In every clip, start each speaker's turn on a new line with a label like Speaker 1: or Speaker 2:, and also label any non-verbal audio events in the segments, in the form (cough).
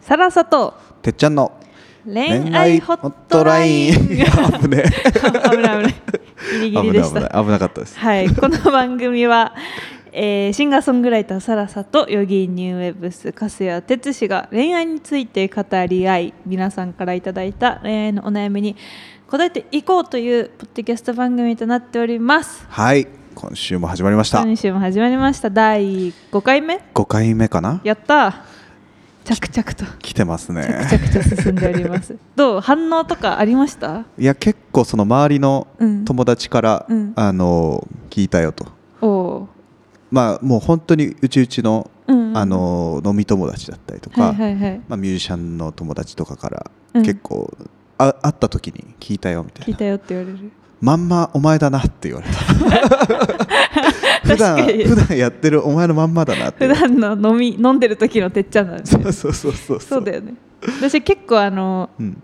Speaker 1: サラサと
Speaker 2: てっちゃんの
Speaker 1: 恋愛ホットライン
Speaker 2: (laughs) 危ねえ
Speaker 1: 危ない危ないギリギリ
Speaker 2: 危
Speaker 1: で
Speaker 2: ない
Speaker 1: し
Speaker 2: 危ない
Speaker 1: た
Speaker 2: 危なかったです
Speaker 1: はいこの番組は、えーシンガーソングライターサラサとヨギーニューウェブス粕谷哲司が恋愛について語り合い皆さんからいただいた恋愛のお悩みに答えていこうというポッドキャスト番組となっております
Speaker 2: はい今週も始まりました
Speaker 1: 今週も始まりました第5回目
Speaker 2: 5回目かな
Speaker 1: やった着々と
Speaker 2: 来てます
Speaker 1: 着
Speaker 2: ね
Speaker 1: 々と進んでおりますどう反応とかありました
Speaker 2: いや結構その周りの
Speaker 1: うん
Speaker 2: 友達から、
Speaker 1: うん
Speaker 2: あの聞いたよと
Speaker 1: おお
Speaker 2: まあもう本当にうちうちの、
Speaker 1: う、うんうん、
Speaker 2: あの飲み友達だったりと
Speaker 1: は
Speaker 2: か、
Speaker 1: いはいはい
Speaker 2: まあ、ミュージシャンの友達とかから、
Speaker 1: うん
Speaker 2: 結構あ会った時に聞いたよみたい
Speaker 1: 聞い
Speaker 2: な
Speaker 1: たよって言われる
Speaker 2: まんまお前だなって言われ
Speaker 1: (laughs)
Speaker 2: た普段
Speaker 1: 確かに
Speaker 2: 普段やってるお前のまんまだなって
Speaker 1: 普
Speaker 2: 言われた
Speaker 1: 段の飲み飲んでる時のてっちゃんなんでそ
Speaker 2: そうそうそうそう
Speaker 1: うだよね私結構あの
Speaker 2: うん、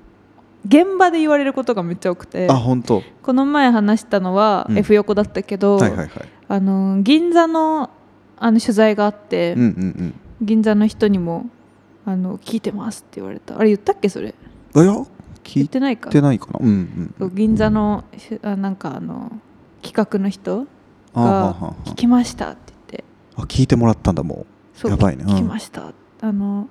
Speaker 1: 現場で言われることがめっちゃ多くて
Speaker 2: あ本当
Speaker 1: この前話したのは
Speaker 2: うん
Speaker 1: F 横だったけど、
Speaker 2: はいはいはい
Speaker 1: あの銀座のあの取材があって、
Speaker 2: うんうんうん
Speaker 1: 銀座の人にもあの聞いてますって言われたあれ言ったっけそれ
Speaker 2: あいや聞
Speaker 1: 言っ
Speaker 2: い
Speaker 1: てないか
Speaker 2: てないかなうんうん
Speaker 1: 銀座のしあなんかあの企画の人
Speaker 2: あははは
Speaker 1: 聞きましたって言って
Speaker 2: あ聞いてもらったんだも
Speaker 1: そう
Speaker 2: やばいねうん
Speaker 1: 聞きましたあの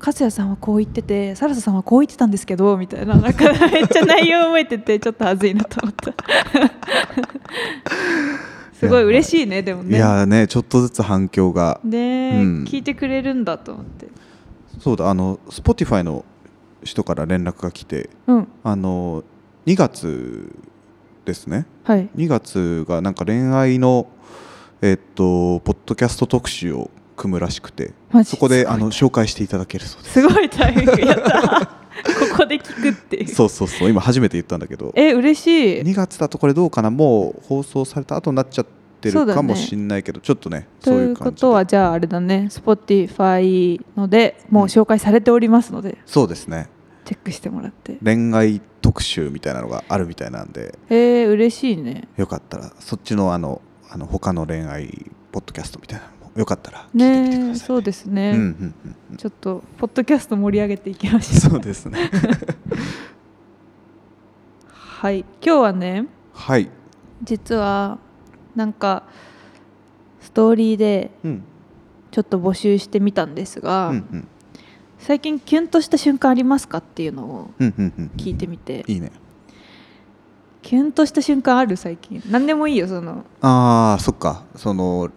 Speaker 1: 勝也さんはこう言っててサラサさんはこう言ってたんですけどみたいななんか (laughs) めっちゃ内容覚えててちょっと恥ずいなと思った
Speaker 2: (laughs)
Speaker 1: すごい嬉しいねでも
Speaker 2: う、
Speaker 1: ね
Speaker 2: いやーねちょっとずつ反響が
Speaker 1: ねえ
Speaker 2: うん
Speaker 1: 聞いてくれるんだと思って
Speaker 2: そうだあの Spotify の人から連絡が来て
Speaker 1: うん
Speaker 2: あの2月ですね
Speaker 1: はい
Speaker 2: 2月がなんか恋愛のえっとポッドキャスト特集を組むらしくて
Speaker 1: マジ
Speaker 2: そこです
Speaker 1: ごい
Speaker 2: あの紹介していただけるそうです
Speaker 1: ごいタイミングやった
Speaker 2: (laughs)
Speaker 1: ここで聞くっていう
Speaker 2: すそうそうそう今初めて言ったんだけど
Speaker 1: え嬉しい
Speaker 2: 2月だとこれどうかなもう放送された後になっちゃって
Speaker 1: そう
Speaker 2: る
Speaker 1: だね
Speaker 2: かもしんないけど、ちょっとね
Speaker 1: と
Speaker 2: そう
Speaker 1: い
Speaker 2: いう
Speaker 1: うこ
Speaker 2: 感じで
Speaker 1: とはじゃああれだね Spotify のでもう紹介されておりますので
Speaker 2: そうですね
Speaker 1: チェックしてもらって
Speaker 2: 恋愛特集みたいなのがあるみたいなんで
Speaker 1: えー、嬉しいね
Speaker 2: よかったらそっちのあのあの他の恋愛ポッドキャストみたいなのもよかったら聞いてみてください、
Speaker 1: ねえそうです
Speaker 2: う
Speaker 1: ね、
Speaker 2: んうんうんうん
Speaker 1: ちょっとポッドキャスト盛り上げていきましょ
Speaker 2: そうですね
Speaker 1: うはい今日はね
Speaker 2: はい、
Speaker 1: 実はなんかストーリーで
Speaker 2: うん
Speaker 1: ちょっと募集してみたんです
Speaker 2: う
Speaker 1: が、
Speaker 2: んうん
Speaker 1: 最近キュンとした瞬間ありますかっていうのを
Speaker 2: うんうんうん
Speaker 1: 聞いてみて、
Speaker 2: いいね
Speaker 1: キュンとした瞬間ある最近何でもいいよその
Speaker 2: あーそっかその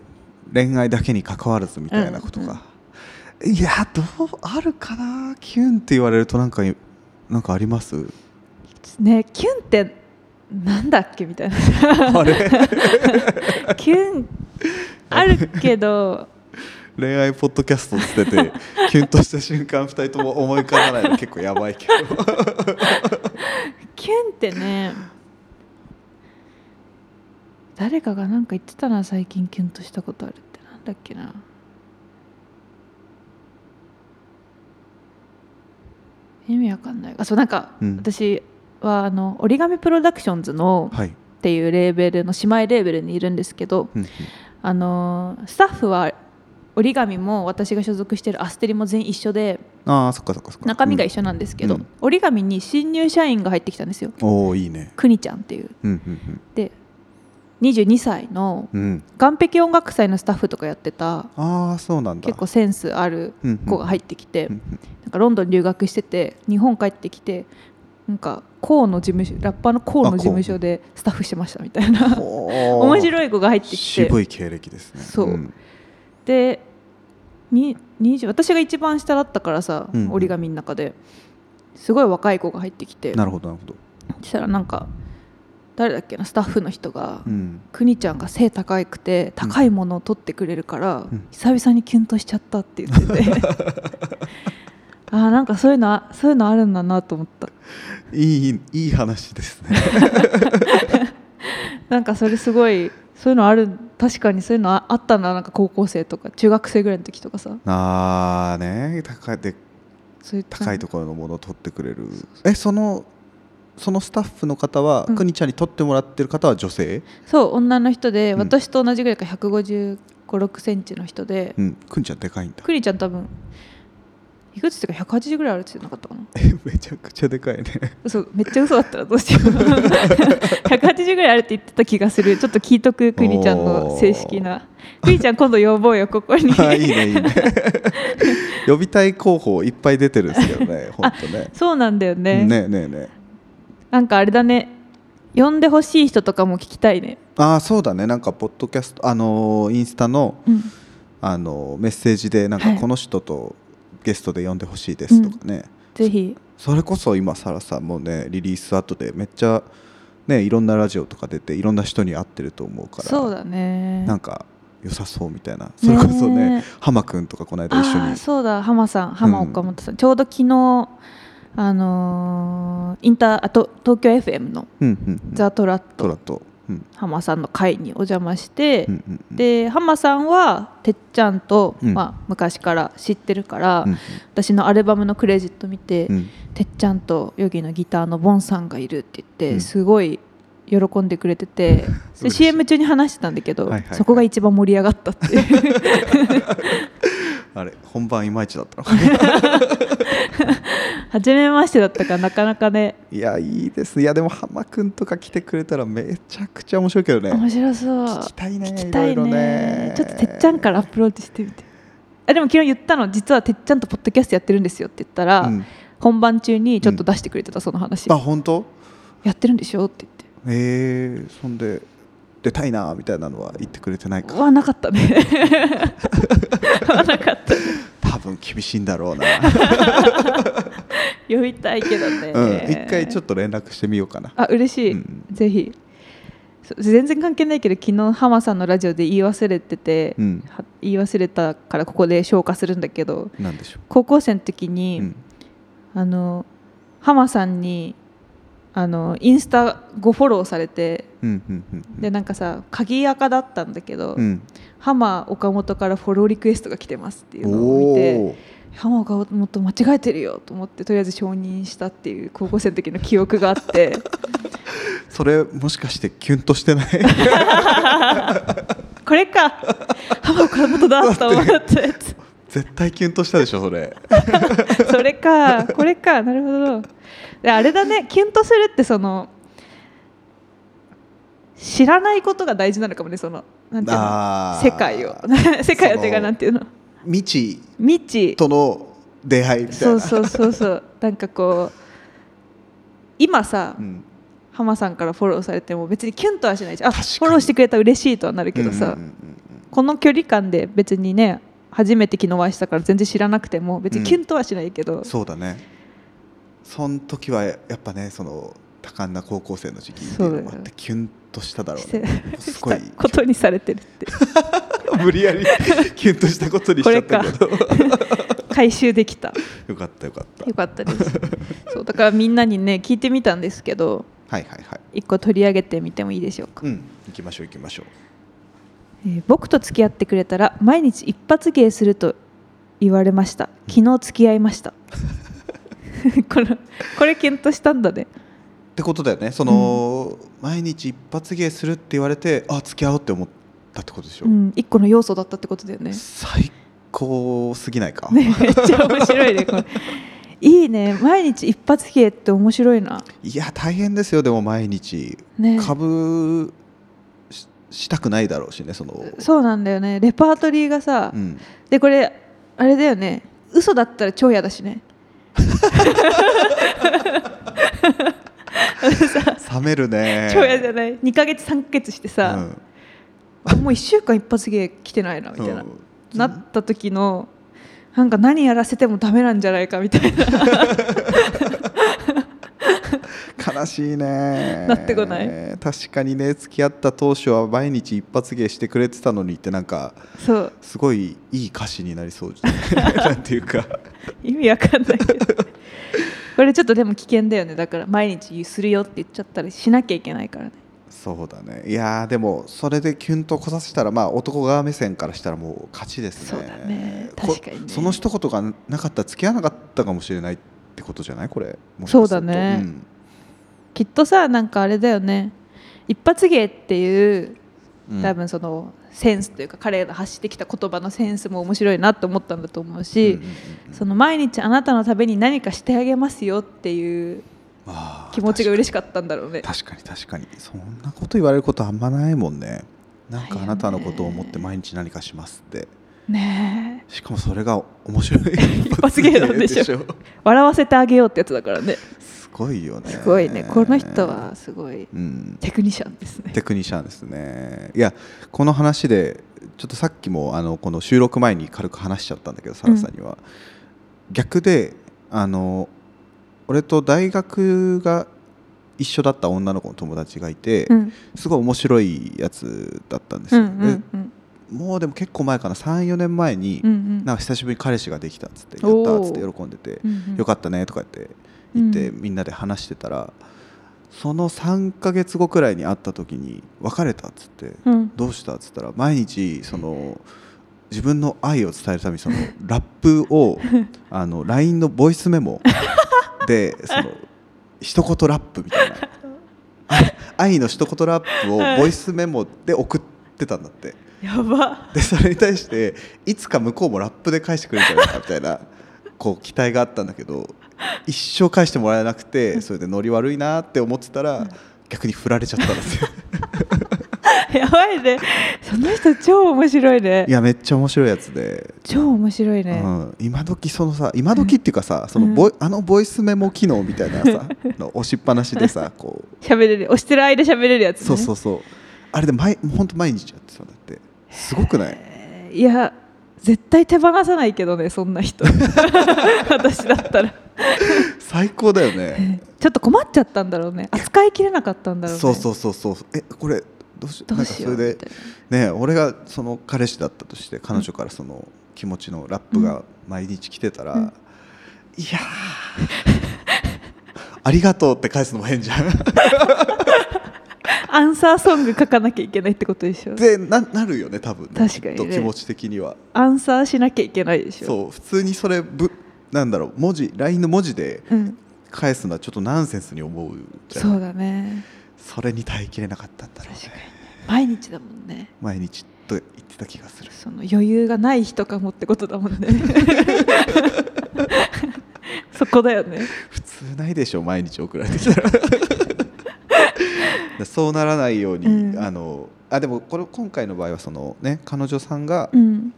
Speaker 2: 恋愛だけに関わらずみたいなことか、いやどうあるかなキュンって言われるとなんかなんかあります
Speaker 1: ねキュンってなんだっけみたい
Speaker 2: (laughs)
Speaker 1: な
Speaker 2: あれ
Speaker 1: キュンあるけど
Speaker 2: 恋愛ポッドキャストつってて (laughs) キュンとした瞬間2人とも思い浮かばないの結構やばいけ
Speaker 1: (laughs)
Speaker 2: ど
Speaker 1: キュンってね誰かがなんか言ってたな最近キュンとしたことあるってなんだっけな意味わかんないあそうなんか、
Speaker 2: うん
Speaker 1: 私はあの折り紙プロダクションズの
Speaker 2: はい、
Speaker 1: っていうレーベルの姉妹レーベルにいるんですけど、
Speaker 2: うんうん
Speaker 1: あのースタッフは折り紙も私が所属しているアステリも全員一緒で
Speaker 2: ああそっかそっかそっか
Speaker 1: 中身が一
Speaker 2: 緒、
Speaker 1: 緒なんですけど、
Speaker 2: うん
Speaker 1: 折り紙に新入社員が入ってきたんですよ
Speaker 2: うんおおいいね
Speaker 1: くにちゃんっていう
Speaker 2: うんうん
Speaker 1: で22歳の
Speaker 2: うんうん
Speaker 1: 岸壁音楽祭のスタッフとかやってた
Speaker 2: ああそうなんだ
Speaker 1: 結構センスある子が入
Speaker 2: っ
Speaker 1: ってきて、
Speaker 2: てうん
Speaker 1: なんかロンドン留学してて日本帰ってきてなんか河の事務所ラッパーの河の事務所でスタッフしてましたみたいな (laughs) 面
Speaker 2: 面い
Speaker 1: 白い子が入ってきて
Speaker 2: 渋い経歴ですね
Speaker 1: そうんでに20私が一番下だったからさ、
Speaker 2: うんうん
Speaker 1: 折り紙の中ですごい若い子が入ってきて
Speaker 2: なるほどなるほど、
Speaker 1: そしたらなんか誰だっけなスタッフの人が
Speaker 2: う。ん、
Speaker 1: くにちゃんが背高くて高いものを取ってくれるから、
Speaker 2: うん
Speaker 1: 久々にキュンとしちゃったって言
Speaker 2: (laughs)
Speaker 1: っててあーなんかそういうのあそういうのあるんだなと思った
Speaker 2: いいいい話ですね。 (laughs)
Speaker 1: なんかそれすごいそういうのある確かにそういうのああったななんか高校生とか中学生ぐらいの時とかさ
Speaker 2: ああね高いで
Speaker 1: そういう
Speaker 2: 高いところのものを取ってくれる。えそのそのスタッフの方は、
Speaker 1: うん
Speaker 2: くにちゃんに取ってもらってる方は女性？
Speaker 1: そう女の人で、
Speaker 2: うん
Speaker 1: 私と同じぐらいか1 5 5 6センチの人で、
Speaker 2: うんくにちゃんでかいんだ。
Speaker 1: クリちゃん多分いくつとか180ぐらいあるって言ってなかったかな
Speaker 2: (laughs) えめちゃくちゃでかいね
Speaker 1: 嘘めっちゃ嘘だったらどうしよう (laughs) 180ぐらいあるって言ってた気がするちょっと聞いとくくにちゃんの正式なくにちゃん今度呼ぼうよここに
Speaker 2: (laughs) あいいねいい (laughs) ね呼びたい候補いっぱい出てるんですけど (laughs) ね本当ね
Speaker 1: そうなんだよね
Speaker 2: ねえねえねえ
Speaker 1: なんかあれだね呼んでほしい人とかも聞きたいね
Speaker 2: ああそうだねなんかポッドキャストあのーインスタの
Speaker 1: うん
Speaker 2: あのーメッセージでなんか
Speaker 1: はい
Speaker 2: この人とゲストで呼んでほしいですとかね、
Speaker 1: ぜひ
Speaker 2: それこそ今サラさんもねリリース後でめっちゃねいろんなラジオとか出ていろんな人に会ってると思うから
Speaker 1: そうだね
Speaker 2: なんか良さそうみたいなそれこそね
Speaker 1: ね
Speaker 2: 浜くんとかこの間一緒
Speaker 1: あ
Speaker 2: に
Speaker 1: あそうだ浜さん浜岡本さん、ちょうど昨日あのーインターあと東京 FM の
Speaker 2: うんうん
Speaker 1: 「
Speaker 2: うん
Speaker 1: ザ・トラッ
Speaker 2: トラ
Speaker 1: ト
Speaker 2: と、うん」
Speaker 1: 浜さんの会にお邪魔して、
Speaker 2: うんうんうん、
Speaker 1: で浜さんはてっちゃんと、
Speaker 2: うん
Speaker 1: まあ、昔から知ってるから、
Speaker 2: うん
Speaker 1: 私のアルバムのクレジット見て、
Speaker 2: うん
Speaker 1: てっちゃんとヨギのギターのボンさんがいるって言って、
Speaker 2: うん
Speaker 1: すごい喜んでくれてて
Speaker 2: (laughs) そ
Speaker 1: で
Speaker 2: うです
Speaker 1: CM 中に話してたんだけど、
Speaker 2: はいはいはい
Speaker 1: そこが一番盛り上がったって
Speaker 2: (laughs)
Speaker 1: いう
Speaker 2: あれ本番いまいちだった
Speaker 1: (laughs)
Speaker 2: のかな
Speaker 1: 初めましてだったからなかなかね
Speaker 2: いやいいですねいやでも浜くんとか来てくれたらめちゃくちゃ面白いけどね
Speaker 1: 面白そう
Speaker 2: 聞きたいね
Speaker 1: 聞きたいね
Speaker 2: いろいろね
Speaker 1: ちょっとてっちゃんからアプローチしてみてあでも昨日言ったの実はてっちゃんとポッドキャストやってるんですよって言ったら、
Speaker 2: うん
Speaker 1: 本番中にちょっと出してくれてたその話、
Speaker 2: あ本当
Speaker 1: やってるんでしょって言って。
Speaker 2: えー、そんで出たいなみたいなのは言ってくれてないか
Speaker 1: はなかったね。 (laughs) はなかった。
Speaker 2: 多分厳しいんだろうな、
Speaker 1: 呼びたいけどね。
Speaker 2: うん、一回ちょっと連絡してみようかな
Speaker 1: あ嬉しい、
Speaker 2: うん
Speaker 1: ぜひそう全然関係ないけど昨日浜さんのラジオで言い忘れてて、
Speaker 2: うん
Speaker 1: は言い忘れたからここで消化するんだけど
Speaker 2: なんでしょ
Speaker 1: 高校生の時
Speaker 2: う、
Speaker 1: に、
Speaker 2: うん、
Speaker 1: あの浜さんにあのインスタごフォローされて
Speaker 2: うんうんうんうん
Speaker 1: でなんかさ鍵垢だったんだけど、
Speaker 2: うん
Speaker 1: 浜岡本からフォローリクエストが来てますっていうのを見
Speaker 2: お
Speaker 1: て
Speaker 2: ー
Speaker 1: 浜岡本もっと間違えてるよと思ってとりあえず承認したっていう高校生の時の記憶があって。
Speaker 2: それもしかしてキュンとしてない (laughs)
Speaker 1: これか浜岡本だと思ったやつ
Speaker 2: 絶対キュンとしたでしょそれ
Speaker 1: それかこれかなるほどであれだねキュンとするってその知らないことが大事なのかもねそのなんていうの
Speaker 2: あー
Speaker 1: 世界を (laughs) 世界をというか
Speaker 2: その
Speaker 1: なんていうの
Speaker 2: 未知
Speaker 1: 未知
Speaker 2: との出会いみたいな
Speaker 1: そうそうそうそうなんかこう今さ、
Speaker 2: うん
Speaker 1: 浜さんからフォローされても別にキュンとはしないしあフ
Speaker 2: 確かに
Speaker 1: ォローしてくれたら嬉しいとはなるけどさ、
Speaker 2: うんうんうんうん
Speaker 1: この距離感で別にね初めて昨日お会いしたから全然知らなくても別にキュンとはしないけど、そ
Speaker 2: そうだねそん時はやっぱねその多感な高校生の時期ってい
Speaker 1: そううだよ
Speaker 2: のもあってキュンとしただろ
Speaker 1: し
Speaker 2: う
Speaker 1: て
Speaker 2: ねすごい
Speaker 1: したことにされてるって
Speaker 2: (laughs) 無理やりキュンとしたことにしちゃったけど
Speaker 1: 回収できた
Speaker 2: よかったよかった
Speaker 1: よかったですそうだからみんなにね聞いてみたんですけど
Speaker 2: はいはいはい
Speaker 1: 一個取り上げてみてもいいでしょうか、
Speaker 2: うん行きましょう行きましょう
Speaker 1: えー僕と付き合ってくれたら毎日一発芸すると言われました昨日付き合いました (laughs) これこれキュンとしたんだね
Speaker 2: ってことだよねその、毎日一発芸するって言われてあ付き合おうって思ったってことでしょ、
Speaker 1: うん一個の要素だったってことだよ
Speaker 2: (laughs)
Speaker 1: ね
Speaker 2: 最高すぎないか、
Speaker 1: ね、めっちゃ面白いね、これ。いいね、毎日一発芸って面白いな。
Speaker 2: いや大変ですよでも毎日、
Speaker 1: ね。
Speaker 2: 株ししたくないだろうしねその
Speaker 1: そうなんだよね、レパートリーがさ、
Speaker 2: うん、
Speaker 1: で、これ、あれだよね。嘘だったら超嫌だしね。
Speaker 2: 冷めるね
Speaker 1: (laughs) 超嫌じゃない、二ヶ月三ヶ月して
Speaker 2: う
Speaker 1: さ、
Speaker 2: ん
Speaker 1: もう一週間一発芸来てないなみたいな。
Speaker 2: うん
Speaker 1: なった時の。なんか何やらせてもダメなんじゃないかみたいな
Speaker 2: (laughs) 悲しいね
Speaker 1: なってこない
Speaker 2: 確かにね付き合った当初は毎日一発芸してくれてたのにってなんか
Speaker 1: そう
Speaker 2: すごいいい歌詞になりそうじゃない (laughs) なんていうか
Speaker 1: 意味わかんないけどこれちょっとでも危険だよねだから毎日するよって言っちゃったらしなきゃいけないからね
Speaker 2: そうだねいやーでもそれでキュンとこさせたらまあ男側目線からしたらもう勝ちですね
Speaker 1: そうだね
Speaker 2: こ
Speaker 1: 確かにね
Speaker 2: その一言がなかったら付き合わなかったかもしれないってことじゃないこれもしかすると
Speaker 1: そうだねきっとさなんかあれだよね一発芸っていう
Speaker 2: うん
Speaker 1: 多分そのセンスというか彼が発してきた言葉のセンスも面白いなと思ったんだと思うし、
Speaker 2: うんうんうんうん
Speaker 1: その毎日あなたのために何かしてあげますよっていう
Speaker 2: あー
Speaker 1: 気持ちが嬉しかったんだろうね。
Speaker 2: 確かに確かにそんなこと言われることあんまないもんねなん
Speaker 1: ないよ
Speaker 2: か
Speaker 1: ね
Speaker 2: あなたのことを思って毎日何かしますって
Speaker 1: ねえ
Speaker 2: しかもそれが面
Speaker 1: (laughs)
Speaker 2: 白い
Speaker 1: 一発芸なんでしょ笑わせてあげようってやつだからね
Speaker 2: (laughs) すごいよね
Speaker 1: すごいねこの人はすごい
Speaker 2: うん
Speaker 1: テクニシャンですね。
Speaker 2: テクニシャンですねいやこの話でちょっとさっきもあのこの収録前に軽く話しちゃったんだけどサラさんには、逆であの俺と大学が一緒だった女の子の友達がいて、
Speaker 1: うん
Speaker 2: すごい面白いやつだったんです
Speaker 1: う
Speaker 2: よ、
Speaker 1: んうんうん
Speaker 2: でもうでも結構前かな34年前に、
Speaker 1: うんうん
Speaker 2: なんか久しぶりに彼氏ができたっつって「やった」っつって喜んでて
Speaker 1: うんうん
Speaker 2: よかったねとか言って言って、
Speaker 1: う
Speaker 2: みんなで話してたらその3ヶ月後くらいに会った時に別れたっつって、
Speaker 1: うん
Speaker 2: どうしたっつったら毎日その自分の愛を伝えるためにその (laughs) ラップ
Speaker 1: (laughs)
Speaker 2: をあの LINE のボイスメモでその一言ラップみた
Speaker 1: (laughs)
Speaker 2: いなあ愛の一言ラップをボイスメモで送ってたんだって。
Speaker 1: やば (laughs)
Speaker 2: でそれに対していつか向こうもラップで返してくれるんじゃないかみたいなこう期待があったんだけど一生返してもらえなくてそれでノリ悪いなって思ってたら逆に振られちゃったんですよ
Speaker 1: やばいねその人超面白いね
Speaker 2: (laughs) いやめっちゃ面白いやつで、
Speaker 1: 超面白いうね、
Speaker 2: ん、今時そのさ今時っていうかさそのボイあのボイスメモ機能みたいな (laughs) さの押しっぱなしでさこう
Speaker 1: 喋れる押してる間喋れるやつ、ね、
Speaker 2: そうそうそうあれで毎本当毎日やってたんだってすごくない
Speaker 1: えーいや絶対手放さないけどねそんな人 (laughs) 私だったら
Speaker 2: 最高だよね
Speaker 1: ちょっと困っちゃったんだろうね扱いきれなかったんだろうね
Speaker 2: そうそうそうそうえこれどうし
Speaker 1: どうしよう
Speaker 2: なんか
Speaker 1: み
Speaker 2: それで
Speaker 1: たいな
Speaker 2: ねえ俺がその彼氏だったとして彼女からその気持ちのラップが毎日来てたら、
Speaker 1: うん
Speaker 2: いやー (laughs) ありがとうって返すのも変
Speaker 1: (laughs)
Speaker 2: じゃんっ
Speaker 1: アンサーソング書かなきゃいけないってことでしょ
Speaker 2: てななるよね多分ね
Speaker 1: 確かにね
Speaker 2: きっと気持ち的には
Speaker 1: アンサーしなきゃいけないでしょ
Speaker 2: そう普通にそれぶなんだろう文字 LINE の文字で
Speaker 1: うん、
Speaker 2: 返すのはちょっとナンセンスに思うじゃん
Speaker 1: そうだね
Speaker 2: それに耐えきれなかったんだろうね
Speaker 1: 確かに毎日だもんね
Speaker 2: 毎日と言ってた気がする
Speaker 1: その余裕がない人かもってことだも
Speaker 2: (laughs)
Speaker 1: んねそこだよね
Speaker 2: 普通ないでしょ毎日送られてきたら (laughs) だからそうならないように、
Speaker 1: うん
Speaker 2: あのあでもこれ今回の場合はそのね彼女さんが
Speaker 1: うん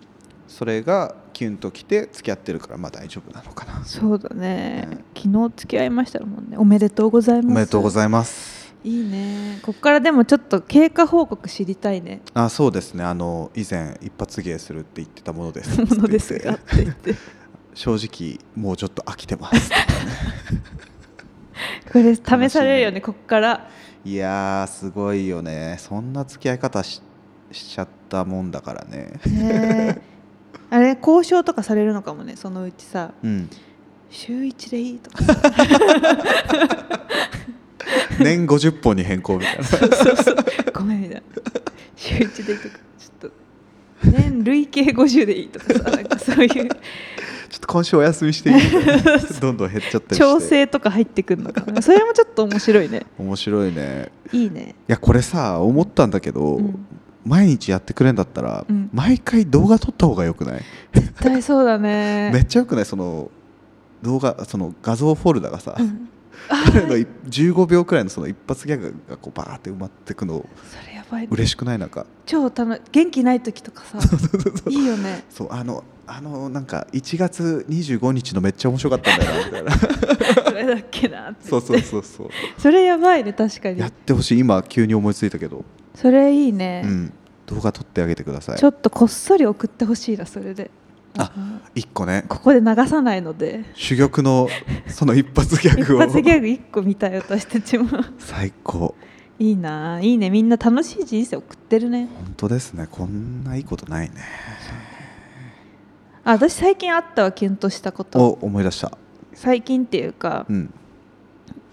Speaker 2: それがキュンときて付き合ってるからまあ大丈夫なのかな、
Speaker 1: そうだね、
Speaker 2: うん
Speaker 1: 昨日付き合いましたもんねおめでとうございます
Speaker 2: おめでとうご
Speaker 1: い
Speaker 2: ざいます
Speaker 1: ますいいねこっからでもちょっと経過報告知りたい
Speaker 2: (laughs)
Speaker 1: ね
Speaker 2: あそうですねあの以前一発芸するって言ってたものです
Speaker 1: (laughs) ものです
Speaker 2: って言
Speaker 1: がっ
Speaker 2: って
Speaker 1: て言って
Speaker 2: (laughs) 正直もうちょっと飽きてます
Speaker 1: (laughs) これ試されるよねこっから
Speaker 2: いやーすごいよねそんな付き合い方ししちゃったもんだからね
Speaker 1: ねえ (laughs) あれ交渉とかされるのかもねそのうちさ (laughs)
Speaker 2: うん
Speaker 1: 週一でいいとかさ
Speaker 2: 年50本に変更みたいな
Speaker 1: そうそうそうごめんみたいな週一でいいとかちょっと年累計50でいいとかさなんかそういう
Speaker 2: ちょっと今週お休みしていいみたいな
Speaker 1: (laughs)
Speaker 2: どんどん減っちゃったりして
Speaker 1: 調整とか入ってくるのかなそれもちょっと面白いね
Speaker 2: 面白いね
Speaker 1: いいね
Speaker 2: いやこれさ思ったんだけど、
Speaker 1: うん
Speaker 2: 毎日やってくれんだったら、
Speaker 1: うん
Speaker 2: 毎回動画撮った方がよくない、
Speaker 1: 絶対そうだね
Speaker 2: めっちゃよくないその動画その画像フォルダがさ、
Speaker 1: うん
Speaker 2: 彼 (laughs) のい15秒くらいのその一発ギャグがこうバーって埋まってくの
Speaker 1: それやばいね
Speaker 2: 嬉しくないなんか
Speaker 1: 超楽し元気ない時とかさいいよね
Speaker 2: そうあのあのなんか1月25日のめっちゃ面白かったんだよな
Speaker 1: (laughs)
Speaker 2: みたいな
Speaker 1: それだっけなって
Speaker 2: そうそうそう
Speaker 1: (laughs)
Speaker 2: そう
Speaker 1: それやばいね確かに
Speaker 2: やってほしい今急に思いついたけど、
Speaker 1: それいいね、
Speaker 2: うん、動画撮ってあげてください
Speaker 1: ちょっとこっそり送ってほしいなそれで
Speaker 2: あ
Speaker 1: うん
Speaker 2: 一個ね
Speaker 1: ここで流さないの (laughs) で
Speaker 2: 珠玉のその一発ギ
Speaker 1: 一
Speaker 2: ャグを
Speaker 1: 発ギャグ一個見たい私たちも
Speaker 2: 最高
Speaker 1: いいないいねみんな楽しい人生送ってるね
Speaker 2: 本当ですねこんないいことないね
Speaker 1: あ私最近あったわキュンとしたこと
Speaker 2: お思い出した
Speaker 1: 最近っていうか
Speaker 2: う、ん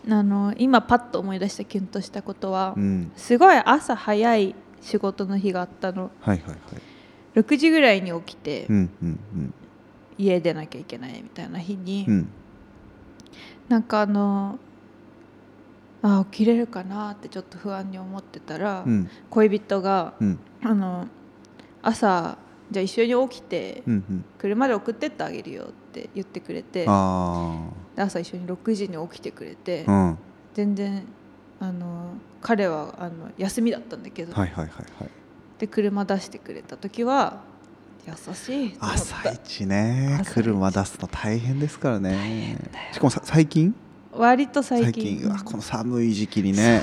Speaker 1: あの今パッと思い出したキュンとしたことは、
Speaker 2: うん
Speaker 1: すごい朝早い仕事の日があったの
Speaker 2: はいはいはい
Speaker 1: 6時ぐらいに起きて、
Speaker 2: うんうんうん
Speaker 1: 家出なきゃいけないみたいな日に、
Speaker 2: うん
Speaker 1: なんかあのあ起きれるかなってちょっと不安に思ってたら、
Speaker 2: うん
Speaker 1: 恋人が
Speaker 2: うん
Speaker 1: あの朝じゃあ一緒に起きて、
Speaker 2: うんうん
Speaker 1: 車で送ってってあげるよって言ってくれて
Speaker 2: あ
Speaker 1: で朝一緒に6時に起きてくれて、
Speaker 2: あうんはい
Speaker 1: 全然あの彼はあの休みだったんだけど、
Speaker 2: はいはいはい
Speaker 1: で車出してくれた時は優しいと思った
Speaker 2: 朝一ね
Speaker 1: 朝一
Speaker 2: 車出すの大変ですからね
Speaker 1: 変だよ
Speaker 2: しかもさ最近
Speaker 1: 割と最近
Speaker 2: うわこの寒い時期にね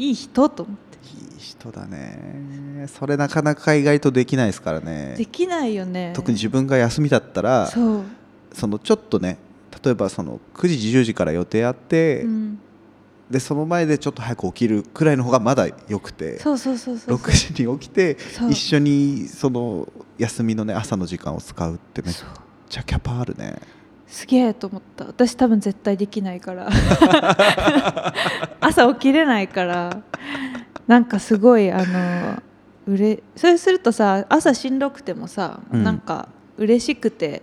Speaker 1: いい人と思って
Speaker 2: いい人だねそれなかなか意外とできないですからね
Speaker 1: できないよね
Speaker 2: 特に自分が休みだったらそ
Speaker 1: そう、
Speaker 2: のちょっとね例えばその9時10時から予定あって、
Speaker 1: うん、
Speaker 2: でその前でちょっと早く起きるくらいの方がまだ良くて
Speaker 1: そうそうそうそうそう
Speaker 2: 6時に起きて
Speaker 1: そう
Speaker 2: 一緒にその休みのね朝の時間を使うってめっ
Speaker 1: そう
Speaker 2: ちゃキャパあるね
Speaker 1: すげえと思った私多分絶対できないから
Speaker 2: (laughs)
Speaker 1: 朝起きれないからなんかすごいあのうれそれするとさ朝しんどくてもさ、
Speaker 2: うん
Speaker 1: なんか嬉しくて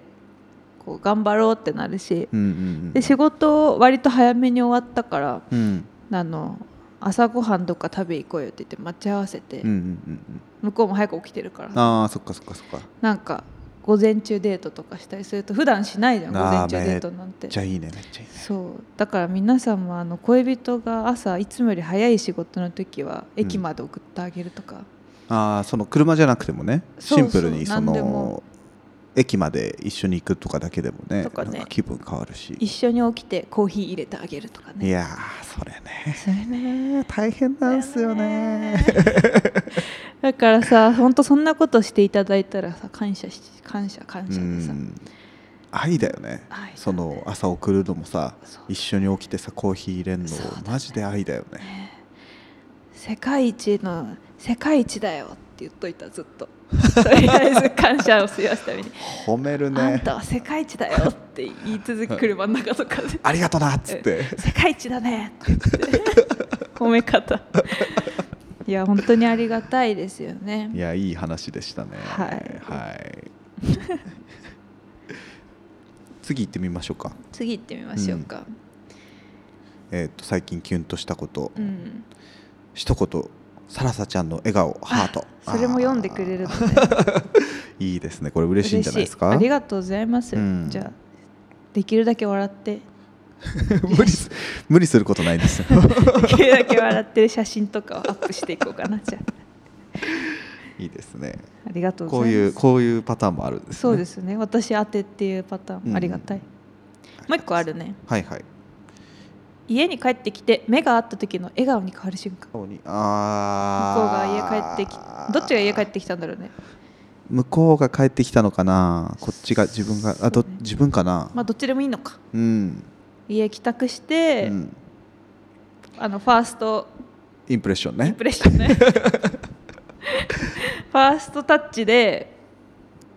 Speaker 1: こう頑張ろうってなるし、
Speaker 2: うんうんう
Speaker 1: で仕事割と早めに終わったから
Speaker 2: んうん
Speaker 1: あの朝ごはんどっか食べ行こうよって言って待ち合わせて、
Speaker 2: うんうんうん
Speaker 1: 向こうも早く起きてるから
Speaker 2: うんああそっかそっかそっか
Speaker 1: なんか午前中デートとかしたりすると普段しないじゃん午
Speaker 2: あー
Speaker 1: 前中デートなんて
Speaker 2: じゃあいいねめっちゃいいね
Speaker 1: そうだから皆さんもあの恋人が朝いつもより早い仕事の時は
Speaker 2: うん
Speaker 1: 駅まで送ってあげるとか、
Speaker 2: ああその車じゃなくてもね
Speaker 1: そう
Speaker 2: シ
Speaker 1: そう
Speaker 2: ンプルにそ
Speaker 1: 何でも
Speaker 2: の駅まで一緒に行くとかだけでもね
Speaker 1: とかね
Speaker 2: なんか気分変わるし
Speaker 1: 一緒に起きてコーヒー入れてあげるとか
Speaker 2: い
Speaker 1: ね
Speaker 2: やーそれね
Speaker 1: それね
Speaker 2: 大変なんすよね
Speaker 1: だからさ本当そんなことしていただいたらさ感謝し感謝感
Speaker 2: う
Speaker 1: 謝でさ、
Speaker 2: ん愛だよね
Speaker 1: 愛だね
Speaker 2: その朝送るのもさ
Speaker 1: そう
Speaker 2: 一緒に起きてさコーヒー入れんの
Speaker 1: そうだね
Speaker 2: マジで愛だよね
Speaker 1: 世界一の世界一だよって言っといたずっととりあえず感謝を増やす (laughs) ために、
Speaker 2: 褒める
Speaker 1: あん
Speaker 2: ね
Speaker 1: たは世界一だよって言い続け車の中とかで
Speaker 2: ありがとなっつって
Speaker 1: 世界一だねって言って褒め方いや本当にありがたいですよね
Speaker 2: いやいい話でしたね
Speaker 1: はい
Speaker 2: はい次行ってみましょうか
Speaker 1: 次行ってみましょうか
Speaker 2: えーと最近キュンとしたこと
Speaker 1: うん、
Speaker 2: 一言サラサちゃんの笑顔ハート
Speaker 1: あそれも読んでくれるの
Speaker 2: あ
Speaker 1: ね
Speaker 2: ーいいですねこれ嬉しいんじゃないですか
Speaker 1: 嬉しありがとうございます、
Speaker 2: うん
Speaker 1: じゃあできるだけ笑って
Speaker 2: 無理す無理することないですよ
Speaker 1: できるだけ笑ってる写真とかをアップしていこうかなじゃあ
Speaker 2: いいですね
Speaker 1: ありがとうご
Speaker 2: こ
Speaker 1: ざ
Speaker 2: う
Speaker 1: います
Speaker 2: いうこういうパターンもあるんですね
Speaker 1: そうですね私当てっていうパターン、
Speaker 2: うん
Speaker 1: ありがたいもう一個あるね
Speaker 2: はいはい
Speaker 1: 家に帰ってきて目が合った時の笑顔に変わる瞬間
Speaker 2: 向こう
Speaker 1: 向こうが家
Speaker 2: が
Speaker 1: 帰ってきどっちが家帰ってきたんだろうね
Speaker 2: 向こうが帰ってきたのかなこっちが自分があど、
Speaker 1: そうね
Speaker 2: 自分かな、
Speaker 1: まあどっちでもいいのか
Speaker 2: うん、
Speaker 1: 家帰宅し
Speaker 2: う
Speaker 1: て、
Speaker 2: ん、
Speaker 1: あのファースト
Speaker 2: インプレッション
Speaker 1: イン
Speaker 2: ね
Speaker 1: プレッションね (laughs) ファーストタッチで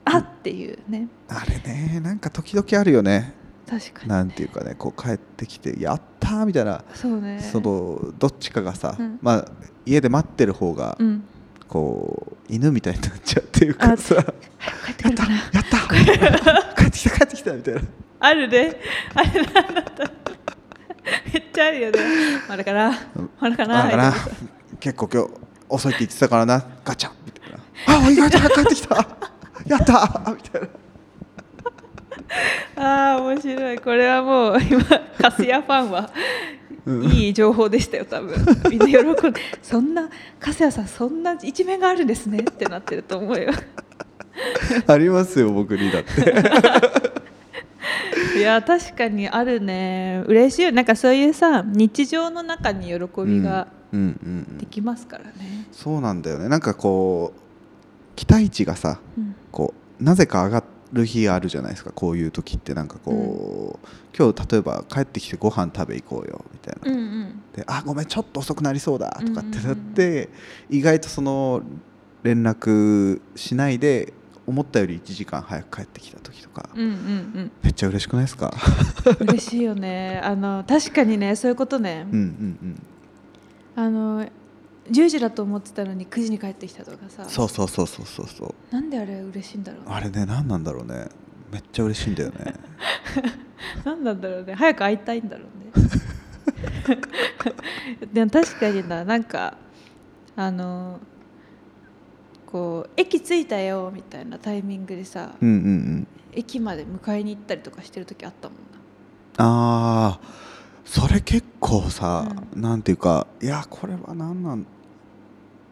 Speaker 1: あっていうね
Speaker 2: あれねなんか時々あるよね
Speaker 1: 確かに
Speaker 2: なんていうかねこう帰ってきてやったーみたいな、
Speaker 1: そうね
Speaker 2: そのどっちかがさ、
Speaker 1: うん
Speaker 2: まあ家で待ってる方が、
Speaker 1: うん
Speaker 2: こう犬みたいになっちゃうっていう
Speaker 1: あ
Speaker 2: かさ
Speaker 1: 帰ってくるかな
Speaker 2: やったーみたいな帰ってきた帰ってきたみたいな
Speaker 1: あるねあれなんだった (laughs) めっちゃあるよねまだかなまだかな
Speaker 2: あかな結構今日遅いって言ってたからなガチャみたいなあ意外と帰ってきた (laughs) やったーみたいな
Speaker 1: ああ面白いこれはもう今カスヤファンは
Speaker 2: うん
Speaker 1: いい情報でしたよ多分みんな喜んでそんなカスヤさんそんな一面があるんですねってなってると思うよ
Speaker 2: ありますよ僕にだって
Speaker 1: いや確かにあるね嬉しいよなんかそういうさ日常の中に喜びが
Speaker 2: うんうんうんう
Speaker 1: で
Speaker 2: ん
Speaker 1: きますからね、
Speaker 2: そうなんだよねなんかこう期待値がさ
Speaker 1: うん
Speaker 2: こうなぜか上がる日があるじゃないですかこういう時ってなんかこう、今日例えば帰ってきてご飯食べ行こうよみたいな、
Speaker 1: うんうん
Speaker 2: であごめんちょっと遅くなりそうだとかってな
Speaker 1: う
Speaker 2: って、意外とその連絡しないで思ったより1時間早く帰ってきた時とか、
Speaker 1: うんうん
Speaker 2: めっちゃ嬉しくないですか
Speaker 1: うん嬉しいよねあの確かにねそういうことね、
Speaker 2: うんうん
Speaker 1: あの10時だと思ってたのに9時に帰ってきたとかさ
Speaker 2: うんそうそうそうそうそうそう
Speaker 1: なんであれ嬉しいんだろうね
Speaker 2: あれね何なんだろうねめっ (laughs) ちゃ嬉しいんだよね
Speaker 1: なんなんだろうね早く会いたいんだろうね (laughs) でも確かにななんかあのこう駅着いたよみたいなタイミングでさ、
Speaker 2: うんうんうん
Speaker 1: 駅まで迎えに行ったりとかしてる時あったもんな
Speaker 2: あーそれ結構さ、
Speaker 1: う
Speaker 2: なんていうかいやこれは何なん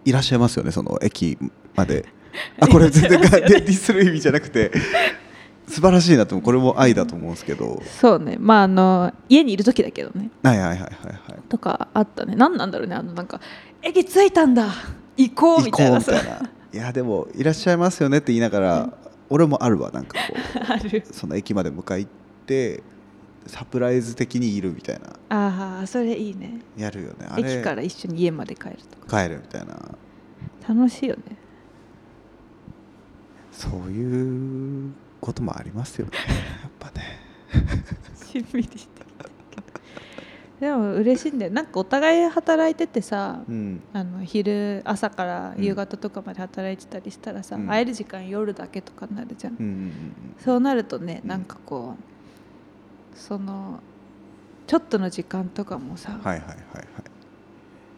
Speaker 2: いらっしゃいますよねその駅ま
Speaker 1: (laughs)
Speaker 2: であこれ全然がディスる意味じゃなくて素晴らしいなと思うこれも愛だと思うんですけど
Speaker 1: そうねまああの家にいる時だけどね
Speaker 2: はいはいはいはいはい
Speaker 1: とかあったね何なんだろうねあのなんか駅着いたんだ行こう
Speaker 2: 行
Speaker 1: み
Speaker 2: こ
Speaker 1: た
Speaker 2: う
Speaker 1: いな
Speaker 2: み
Speaker 1: さ
Speaker 2: たいないやでもいらっしゃいますよねって言いながら、俺もあるわなんかこ
Speaker 1: ある
Speaker 2: うその駅まで迎え行ってサプライズ的にいるみたいな
Speaker 1: ああそれいいね
Speaker 2: やるよねあれ
Speaker 1: 駅から一緒に家まで帰るとか
Speaker 2: 帰るみたいな
Speaker 1: 楽しいよね
Speaker 2: そういうこともあります (laughs) よねやっぱね
Speaker 1: しんみりしてきたけどでも嬉しいんだよなんかお互い働いててさ、
Speaker 2: うん
Speaker 1: あの昼朝から夕方とかまで働いてたりしたらさ、
Speaker 2: うん
Speaker 1: 会える時間夜だけとかになるじゃん、
Speaker 2: うんうんうん
Speaker 1: そうなるとね
Speaker 2: うん
Speaker 1: なんかこう、そのちょっとの時間とかもさ、
Speaker 2: うんはいはいはいはい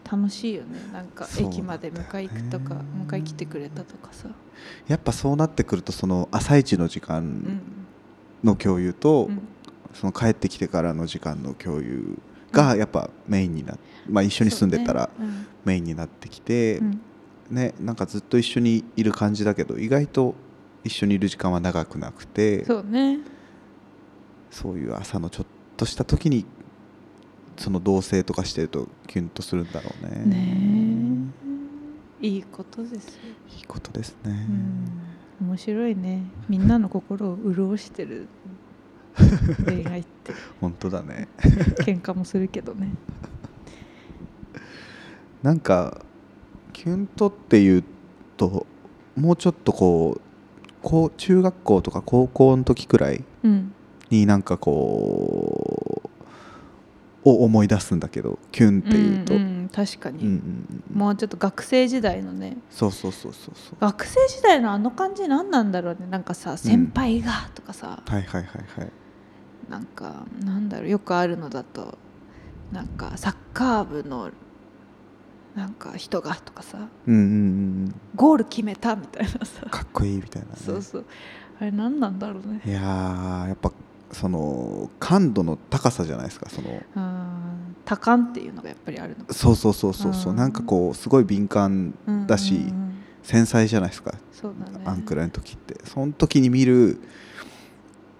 Speaker 1: 楽しいよねなんか
Speaker 2: そうなん
Speaker 1: 駅
Speaker 2: だよね
Speaker 1: まで迎え行くとか、迎え来てくれたとかさ、
Speaker 2: やっぱそうなってくるとその朝一の時
Speaker 1: うん
Speaker 2: 間の共有と、
Speaker 1: うん
Speaker 2: その帰ってきてからの時間の共有がやっぱメインになっまあ一緒に住んでたら
Speaker 1: そうね
Speaker 2: メインになってきて、
Speaker 1: うんうん
Speaker 2: ね、なんかずっと一緒にいる感じだけど意外と一緒にいる時間は長くなくてそう
Speaker 1: そうね
Speaker 2: いう朝のちょっとした時にその同棲とかしてるとキュンとするんだろうね。
Speaker 1: ねえいいことですよ、
Speaker 2: いいことですね
Speaker 1: う。ん、面白いねみんなの心を潤してる恋愛って
Speaker 2: 本当だね。
Speaker 1: 喧嘩もするけどね
Speaker 2: なんかキュンとっていうともうちょっとこうこう中学校とか高校の時くらい
Speaker 1: うん
Speaker 2: になんかこうを思い出すんだけどキュンっていうと。
Speaker 1: んん確かに、
Speaker 2: うんうんうん
Speaker 1: もうちょっと学生時代のね
Speaker 2: そうそうそうそうそう。
Speaker 1: 学生時代のあの感じ何なんだろうねなんかさ先輩がとかさ、
Speaker 2: はいはいはいはい。
Speaker 1: なんかなんだろうよくあるのだとなんかサッカー部のなんか人がとかさ
Speaker 2: うんうんうん
Speaker 1: ゴール決めたみたいなさ
Speaker 2: うん。かっこいいみたいな、ね。
Speaker 1: そうそうあれ何なんだろうね
Speaker 2: いやーやっぱその感度の高さじゃないですかその。
Speaker 1: うん多感っていうのがやっぱりあるのか
Speaker 2: そうそうそうそうそううんなんかこうすごい敏感
Speaker 1: うん
Speaker 2: だし
Speaker 1: うんうん
Speaker 2: 繊細じゃないですか、
Speaker 1: そうだね
Speaker 2: あんくらいの時ってその時に見る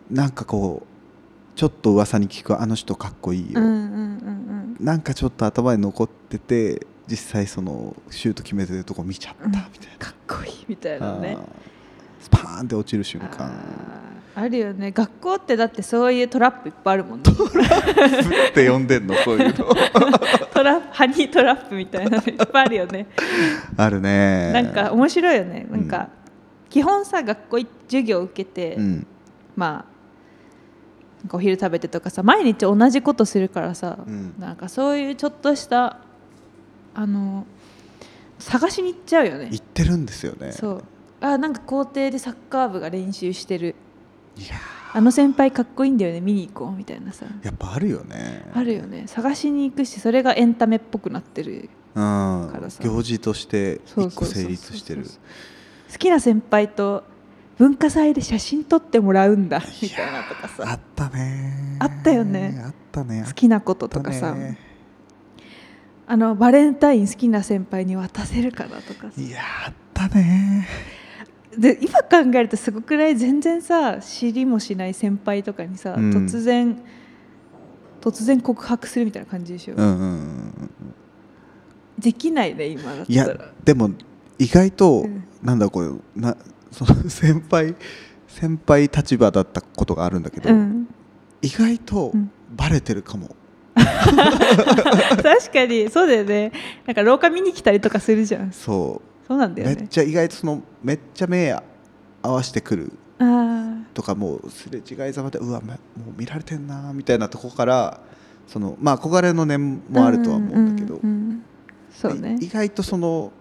Speaker 2: なんかこうちょっと噂に聞くあの人かっこいいよ、
Speaker 1: うんうんうん
Speaker 2: なんかちょっと頭に残ってて実際そのシュート決めてるとこ見ちゃったみたい
Speaker 1: うんかっこいいみたい
Speaker 2: な、
Speaker 1: なね
Speaker 2: あースパーンって落ちる瞬間
Speaker 1: あーあるよね学校ってだってそういうトラップいっぱいあるもんね
Speaker 2: ふ (laughs) って呼んでんのこう (laughs) いうの
Speaker 1: トラップハニートラップみた
Speaker 2: (laughs)
Speaker 1: いなのいっぱいあるよね
Speaker 2: あるね
Speaker 1: なんか面白いよねなんか、基本さ学校い授業受けて、
Speaker 2: うん
Speaker 1: まあなんかお昼食べてとかさ毎日同じことするからさ、
Speaker 2: うん
Speaker 1: なんかそういうちょっとしたあの探しに行っちゃうよね
Speaker 2: 行ってるんですよね
Speaker 1: そうあなんか校庭でサッカー部が練習してる
Speaker 2: いや
Speaker 1: あの先輩かっこいいんだよね見に行こうみたいなさ
Speaker 2: ーやっぱあるよね
Speaker 1: あるよね探しに行くしそれがエンタメっぽくなってる
Speaker 2: うん
Speaker 1: からさ
Speaker 2: 行事として
Speaker 1: そう
Speaker 2: 一
Speaker 1: そ
Speaker 2: 個
Speaker 1: うそうそう
Speaker 2: 成立してる
Speaker 1: 好きな先輩と文化祭で写真撮ってもらうんだみたいなとか
Speaker 2: あ
Speaker 1: さ
Speaker 2: ったね
Speaker 1: あったよね
Speaker 2: あったね
Speaker 1: 好きなこととかさ、あのバレンタイン好きな先輩に渡せるからとかさ
Speaker 2: いやあったね
Speaker 1: で今考えるとすごくない全然さ知りもしない先輩とかにさ、
Speaker 2: うん
Speaker 1: 突然突然告白するみたいな感じでしょ、
Speaker 2: うんうんうんうん
Speaker 1: できないね今だっ
Speaker 2: い
Speaker 1: たら
Speaker 2: やでも意外と
Speaker 1: うん
Speaker 2: なんだこれなその (laughs) 先輩先輩立場だったことがあるんだけど
Speaker 1: うん、 (laughs)
Speaker 2: 意外と
Speaker 1: うん
Speaker 2: バレてるかも
Speaker 1: 確かにそうだよねなんか廊下見に来たりとかするじゃん
Speaker 2: そ
Speaker 1: そうなん
Speaker 2: う
Speaker 1: だよ
Speaker 2: め
Speaker 1: ね
Speaker 2: っちゃ意外とそのめっちゃ目合わせてくる
Speaker 1: あー
Speaker 2: とかもうすれ違いざまでうわまもう見られてんなみたいなとこからそのまあ憧れの念もあるとは思うんだけど、
Speaker 1: んうんうんそうね
Speaker 2: い意外とその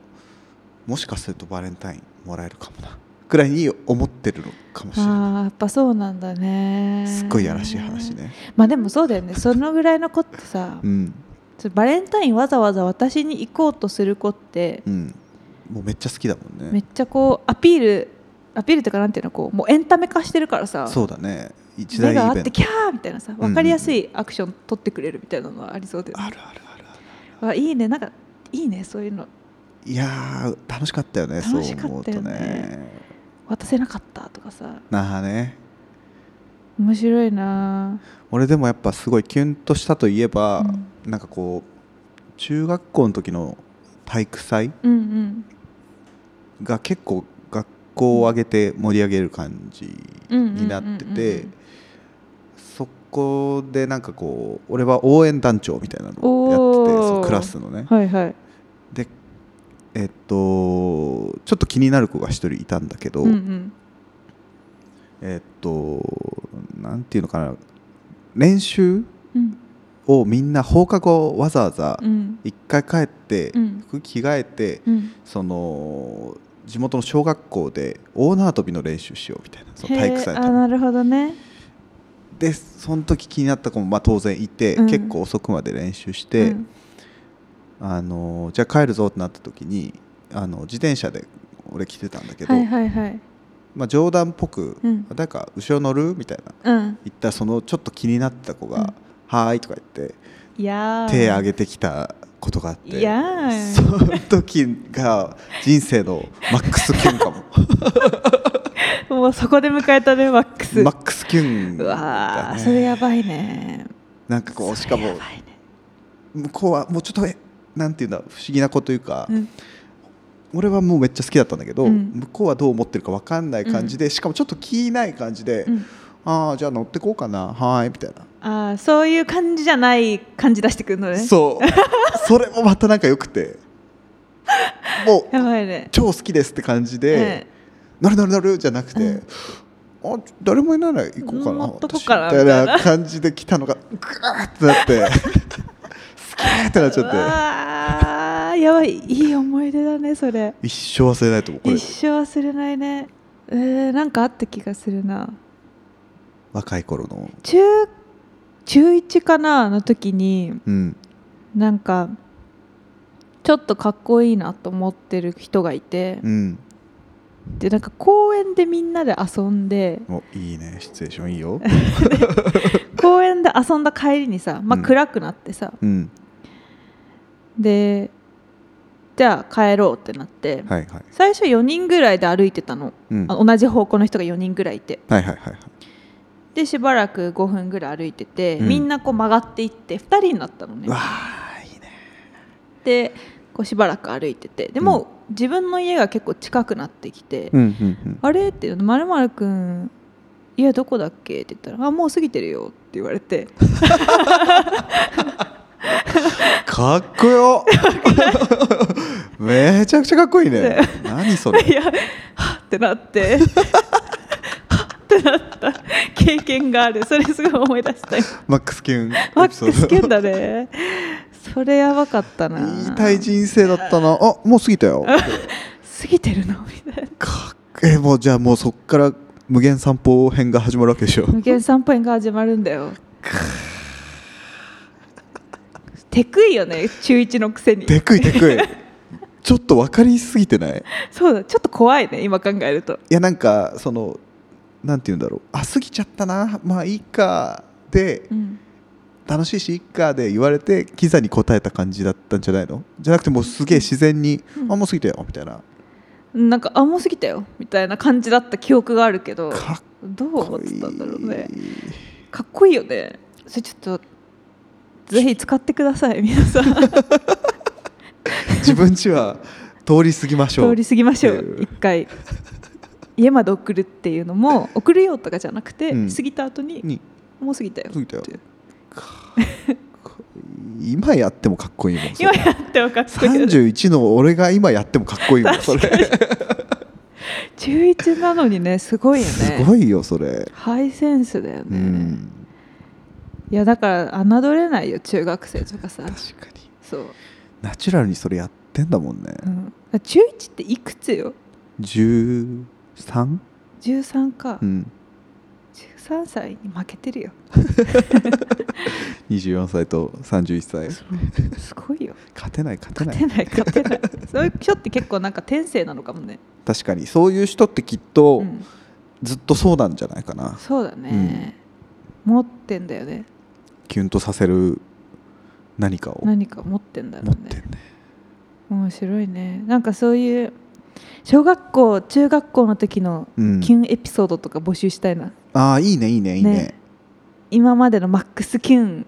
Speaker 2: もしかするとバレンタインもらえるかもなくらいに思ってるのかもしれな
Speaker 1: あーやっぱそうなんだね
Speaker 2: いすっごいやらしい話ね、
Speaker 1: まあでもそうだよねそのぐらいの子ってさ
Speaker 2: うん、
Speaker 1: ちょバレンタインわざわざ私に行こうとする子って
Speaker 2: うん、もうめっちゃ好きだもん
Speaker 1: め
Speaker 2: ね
Speaker 1: っちゃこうアピールアピールとかなんていうのこうもうエンタメ化してるからさ
Speaker 2: そうだね一大
Speaker 1: 目があ
Speaker 2: イ
Speaker 1: っ
Speaker 2: ベン
Speaker 1: て
Speaker 2: ト
Speaker 1: キャーみたいなさ分かりやすいアクション取ってくれるみたいなのはありそうで、
Speaker 2: あるあるあるあ
Speaker 1: わいいねなんかいいねそういうの
Speaker 2: るいやー楽しかったよね
Speaker 1: 楽しかったよね
Speaker 2: そう思うとね
Speaker 1: 渡せなかったとかさ
Speaker 2: なあね
Speaker 1: 面白いな
Speaker 2: 俺でもやっぱすごいキュンとしたといえば、
Speaker 1: うん
Speaker 2: なんかこう中学校の時の体育祭
Speaker 1: うんうん
Speaker 2: が結構学校を挙げて盛り上げる感じになって
Speaker 1: うんうんうんうんう
Speaker 2: て
Speaker 1: ん
Speaker 2: そこでなんかこう俺は応援団長みたいなのをやってて
Speaker 1: おー
Speaker 2: そうクラスのね
Speaker 1: はいはい
Speaker 2: でえっとちょっと気になる子が一人いたんだけど、
Speaker 1: うんうん
Speaker 2: えっとなんていうのかな練習
Speaker 1: うん
Speaker 2: をみんな放課後わざわざ
Speaker 1: うん
Speaker 2: 一回帰って
Speaker 1: うん
Speaker 2: 服着替えて
Speaker 1: うん
Speaker 2: その地元の小学校で大縄跳びの練習しようみたいなその体育祭
Speaker 1: へー
Speaker 2: のた
Speaker 1: あ
Speaker 2: めに
Speaker 1: なるほどね
Speaker 2: でその時気になった子もまあ当然いて、
Speaker 1: うん
Speaker 2: 結構遅くまで練習して、
Speaker 1: うん
Speaker 2: あのじゃあ帰るぞってなった時にあの自転車で俺来てたんだけど、
Speaker 1: はいはいはい
Speaker 2: まあ、冗談っぽく
Speaker 1: うん
Speaker 2: 「誰か後ろ乗る?」みたいな
Speaker 1: うん
Speaker 2: 言ったらそのちょっと気になってた子が「はーい」とか言って
Speaker 1: いやー
Speaker 2: 手挙げてきたことがあって
Speaker 1: いやー
Speaker 2: その時が人生のマックスキュンかも
Speaker 1: もうそこで迎えたねマックス
Speaker 2: マックスキュン
Speaker 1: うわ
Speaker 2: だ、
Speaker 1: ー
Speaker 2: ね、
Speaker 1: それやばいね
Speaker 2: なんかこうしか
Speaker 1: それ
Speaker 2: も
Speaker 1: やばいね
Speaker 2: 向こうはもうちょっとえなんていうんだ不思議な子というか、
Speaker 1: うん
Speaker 2: 俺はもうめっちゃ好きだったんだけど、
Speaker 1: うん
Speaker 2: 向こうはどう思ってるか分かんない感じで、しかもちょっと気ない感じで、
Speaker 1: うん
Speaker 2: ああじゃあ乗ってこうかなはーいみたいな、
Speaker 1: あーそういう感じじゃない感じ出してくるのね
Speaker 2: そうそれもまたなんかよくてもう
Speaker 1: やばいね
Speaker 2: 超好きですって感じで、乗る乗る乗るじゃなくて、
Speaker 1: うん
Speaker 2: あ誰もいないなら行こうかな
Speaker 1: 乗っとこう
Speaker 2: 私
Speaker 1: かな
Speaker 2: みたいな感じで来たのがグーってなって好きーってなっち
Speaker 1: う
Speaker 2: ゃって
Speaker 1: わーやばいいい思い出だねそれ
Speaker 2: 一生忘れないと思うこれ
Speaker 1: 一生忘れないねえー、なんかあった気がするな
Speaker 2: 若い頃の
Speaker 1: 中中1かなの時に
Speaker 2: うん
Speaker 1: なんかちょっとかっこいいなと思ってる人がいて
Speaker 2: うん
Speaker 1: でなんか公園でみんなで遊んで
Speaker 2: おいいねシチュエーションい
Speaker 1: (laughs)
Speaker 2: いよ
Speaker 1: 公園で遊んだ帰りにさ、まあ、
Speaker 2: うん
Speaker 1: 暗くなってさ、
Speaker 2: うん
Speaker 1: でじゃあ帰ろうってなって、
Speaker 2: はいはい
Speaker 1: 最初4人ぐらいで歩いてたの、
Speaker 2: うん
Speaker 1: あ
Speaker 2: はい
Speaker 1: 同じ方向の人が4人ぐらいいて
Speaker 2: はいはいはい
Speaker 1: でしばらく5分ぐらい歩いてて、
Speaker 2: うん
Speaker 1: みんなこう曲がっていって2人になったのね
Speaker 2: うわあいいね
Speaker 1: でこうしばらく歩いててでも、自分の家が結構近くなってきて「
Speaker 2: うんうん
Speaker 1: あれ?」って言うの「まるまるくん家どこだっけ?」って言ったら「あもう過ぎてるよ」って言われ
Speaker 2: (laughs)
Speaker 1: て
Speaker 2: うんかっこよめちゃくちゃかっこいいね何それ
Speaker 1: いやはっってなって
Speaker 2: (laughs)
Speaker 1: はっってなった経験があるそれすごい思い出した今
Speaker 2: マックスキュン
Speaker 1: マックスキュン
Speaker 2: だ
Speaker 1: だね (laughs) それやばかったな
Speaker 2: 言いたい人生だったなあもう過ぎたよ
Speaker 1: 過ぎてるのみたいな
Speaker 2: かっけえもうじゃあもうそっから無限散歩編が始まるわけでしょ
Speaker 1: 無限散歩園が始まるんだよテクいよね中1のくせに
Speaker 2: でくいでくい
Speaker 1: (laughs)
Speaker 2: ちょっと分かりすぎてない
Speaker 1: そうだちょっと怖いね今考えると
Speaker 2: いやなんかそのなんて言うんだろうあ過ぎちゃったなまあいいかで
Speaker 1: うん
Speaker 2: 楽しいしいいかで言われてキザに答えた感じだったんじゃないのじゃなくてもうすげえ自然に、
Speaker 1: うん
Speaker 2: あもう過ぎたよみたいな
Speaker 1: なんかあもう過ぎたよみたいな感じだった記憶があるけど
Speaker 2: かっ
Speaker 1: どう思
Speaker 2: こ
Speaker 1: っ
Speaker 2: い
Speaker 1: て
Speaker 2: い
Speaker 1: たんだろうねかっこいいよねそれちょっとぜひ使ってください皆さん
Speaker 2: 自分ちは通り過ぎましょ
Speaker 1: 通
Speaker 2: う
Speaker 1: り過ぎましょ
Speaker 2: っていう
Speaker 1: う一回家まで送るっていうの
Speaker 2: (laughs)
Speaker 1: も送るよとかじゃなくて、
Speaker 2: うん
Speaker 1: 過ぎた後に
Speaker 2: に
Speaker 1: もう過ぎたよ
Speaker 2: 過ぎたよ
Speaker 1: って
Speaker 2: 今やってもかっこいいもんそれ
Speaker 1: 今やってもかっこいいよね
Speaker 2: 31の俺が今やってもかっこいいもんそれ
Speaker 1: 中1なのにねすごいよね
Speaker 2: すごいよそれ
Speaker 1: ハイセンスだよ
Speaker 2: う
Speaker 1: ね、
Speaker 2: ん
Speaker 1: いやだから侮れないよ中学生とかさ
Speaker 2: 確かに
Speaker 1: そう、
Speaker 2: ナチュラルにそれやってんだもんね
Speaker 1: うん、中1っていくつよ
Speaker 2: 13?
Speaker 1: 13か、
Speaker 2: うん
Speaker 1: 13歳に負けてるよ
Speaker 2: 24歳と31歳
Speaker 1: そうすごいよ
Speaker 2: 勝てない勝て
Speaker 1: 勝
Speaker 2: な
Speaker 1: てな
Speaker 2: い
Speaker 1: い勝てないそういう人って結構なんか天性なのかもね、
Speaker 2: 確かにそういう人ってきっと
Speaker 1: うん、
Speaker 2: ずっとそうなんじゃないかな、
Speaker 1: そうだね、持ってんだよね
Speaker 2: キュンとさせる何かを持っ
Speaker 1: 何か持ってんだろう
Speaker 2: て
Speaker 1: ね
Speaker 2: んね
Speaker 1: 面白いねなんかそういう小学校中学校の時の
Speaker 2: うん
Speaker 1: キュンエピソードとか募集したいな、
Speaker 2: ああいいねいいねいいね
Speaker 1: ね今までのマックスキュン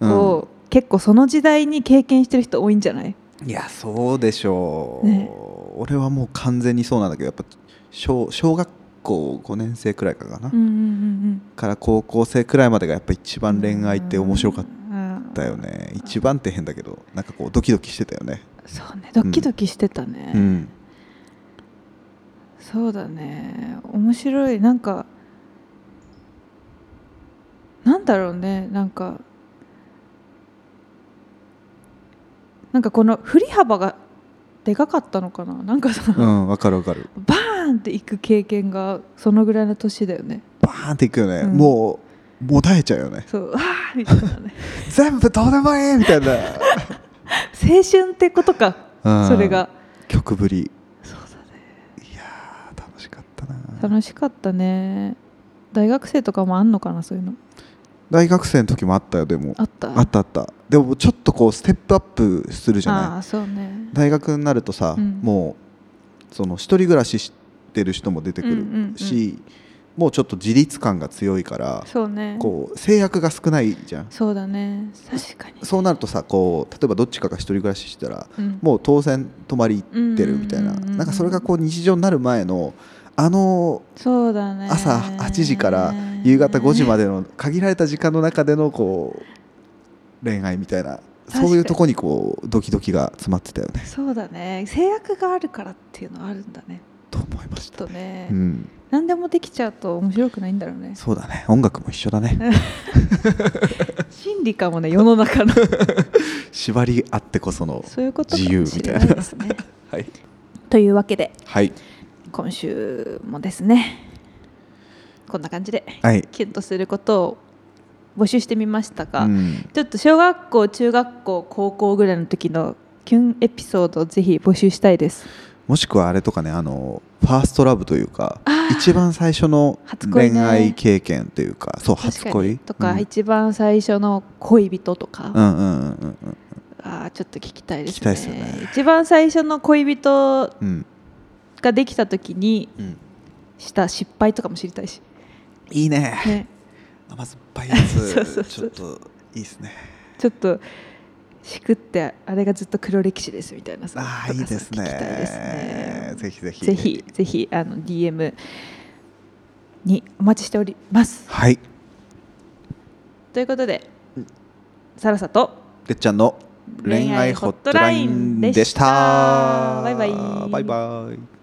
Speaker 2: うん
Speaker 1: を、結構その時代に経験してる人多いんじゃない
Speaker 2: いやそうでしょう、
Speaker 1: ね
Speaker 2: 俺はもう完全にそうなんだけどやっぱ小小学校5年生くらいからかな、
Speaker 1: うんうんうん
Speaker 2: から高校生くらいまでがやっぱ一
Speaker 1: うん
Speaker 2: 番恋愛って面白かっ
Speaker 1: った
Speaker 2: たよね一番って変だけどなんかこうドキドキしてたよね
Speaker 1: そうねドキドキしてたね、
Speaker 2: うん
Speaker 1: そうだね面白いなんかなんだろうねなんかなんかこの振り幅がでかかったのかななんかさ、
Speaker 2: うんわかるわかる
Speaker 1: バーンっていく経験がそのぐらいの年だよね
Speaker 2: バーンっていくよね、
Speaker 1: うん
Speaker 2: もうもたえちゃうよね
Speaker 1: そうああみたいなね
Speaker 2: 全部どうでもいいみたい
Speaker 1: (laughs)
Speaker 2: な、
Speaker 1: 青春ってことか
Speaker 2: うん
Speaker 1: それが
Speaker 2: 曲ぶり
Speaker 1: そうだね
Speaker 2: いやー楽しかったな
Speaker 1: 楽しかったね大学生とかもあんのかなそういうの
Speaker 2: 大学生の時もあったよでも
Speaker 1: あった
Speaker 2: あったあったでもちょっとこうステップアップするじゃない
Speaker 1: ああそうね
Speaker 2: 大学になるとさ、
Speaker 1: うん
Speaker 2: もうその一人暮らししてる人も出てくる
Speaker 1: うんうんうん
Speaker 2: し、もうちょっと自立感が強いから
Speaker 1: そうね
Speaker 2: こう制約が少ないじゃん
Speaker 1: そうだね確かに
Speaker 2: そうなるとさこう例えばどっちかが一人暮らししてたら
Speaker 1: うん
Speaker 2: もう当然泊まり行ってるみたいな、
Speaker 1: うんうんうんうん
Speaker 2: なんかそれがこう日常になる前のあの
Speaker 1: そうだね
Speaker 2: 朝8時から夕方5時までの限られた時間の中でのこう恋愛みたいな
Speaker 1: かに
Speaker 2: そういうとこにこうドキドキが詰まってたよね
Speaker 1: そうだね制約があるからっていうのはあるんだね
Speaker 2: と思いまし
Speaker 1: ちょ
Speaker 2: た
Speaker 1: っとね、
Speaker 2: うん
Speaker 1: 何でもできちゃうと面白くないんだろうね
Speaker 2: そうだね音楽も一緒だね
Speaker 1: 心理かもね世の中の
Speaker 2: 縛りあってこその
Speaker 1: そういうことか
Speaker 2: 自由
Speaker 1: も
Speaker 2: み
Speaker 1: したれ
Speaker 2: い
Speaker 1: な
Speaker 2: ない
Speaker 1: ですね
Speaker 2: (laughs) はい、
Speaker 1: というわけで
Speaker 2: はい
Speaker 1: 今週もですねこんな感じで
Speaker 2: はい
Speaker 1: キュンとすることを募集してみましたが、
Speaker 2: うん
Speaker 1: ちょっと小学校中学校高校ぐらいの時のキュンエピソードをぜひ募集したいです
Speaker 2: もしくはあれとかねあのファーストラブというか
Speaker 1: あー
Speaker 2: 一番最初の
Speaker 1: 初恋ね
Speaker 2: 恋愛経験というかそう初
Speaker 1: 確か
Speaker 2: 恋
Speaker 1: にとか、
Speaker 2: うん
Speaker 1: 一番最初の恋人とか、
Speaker 2: うんうんうんうんうん
Speaker 1: あーちょっと聞きたいですね
Speaker 2: 聞きたいですよね
Speaker 1: 一番最初の恋人
Speaker 2: うん
Speaker 1: ができた時に
Speaker 2: うん
Speaker 1: した失敗とかも知りたいし、
Speaker 2: いいね
Speaker 1: ね、
Speaker 2: 甘酸っぱいや
Speaker 1: (laughs)
Speaker 2: つ
Speaker 1: そうそうそう
Speaker 2: ちょっといいですね
Speaker 1: ちょっとしくってあれがずっと黒歴史ですみたいなさ
Speaker 2: ああ
Speaker 1: と
Speaker 2: い
Speaker 1: か
Speaker 2: い
Speaker 1: さ
Speaker 2: です
Speaker 1: 聞きたいです
Speaker 2: ね
Speaker 1: ね
Speaker 2: ぜひぜひ
Speaker 1: ぜひぜひあの DM にお待ちしております
Speaker 2: はい
Speaker 1: ということで、さらさと
Speaker 2: てっちゃんの恋愛ホットラインでした
Speaker 1: 恋愛ホットラインでしたバイバイ
Speaker 2: バイバイ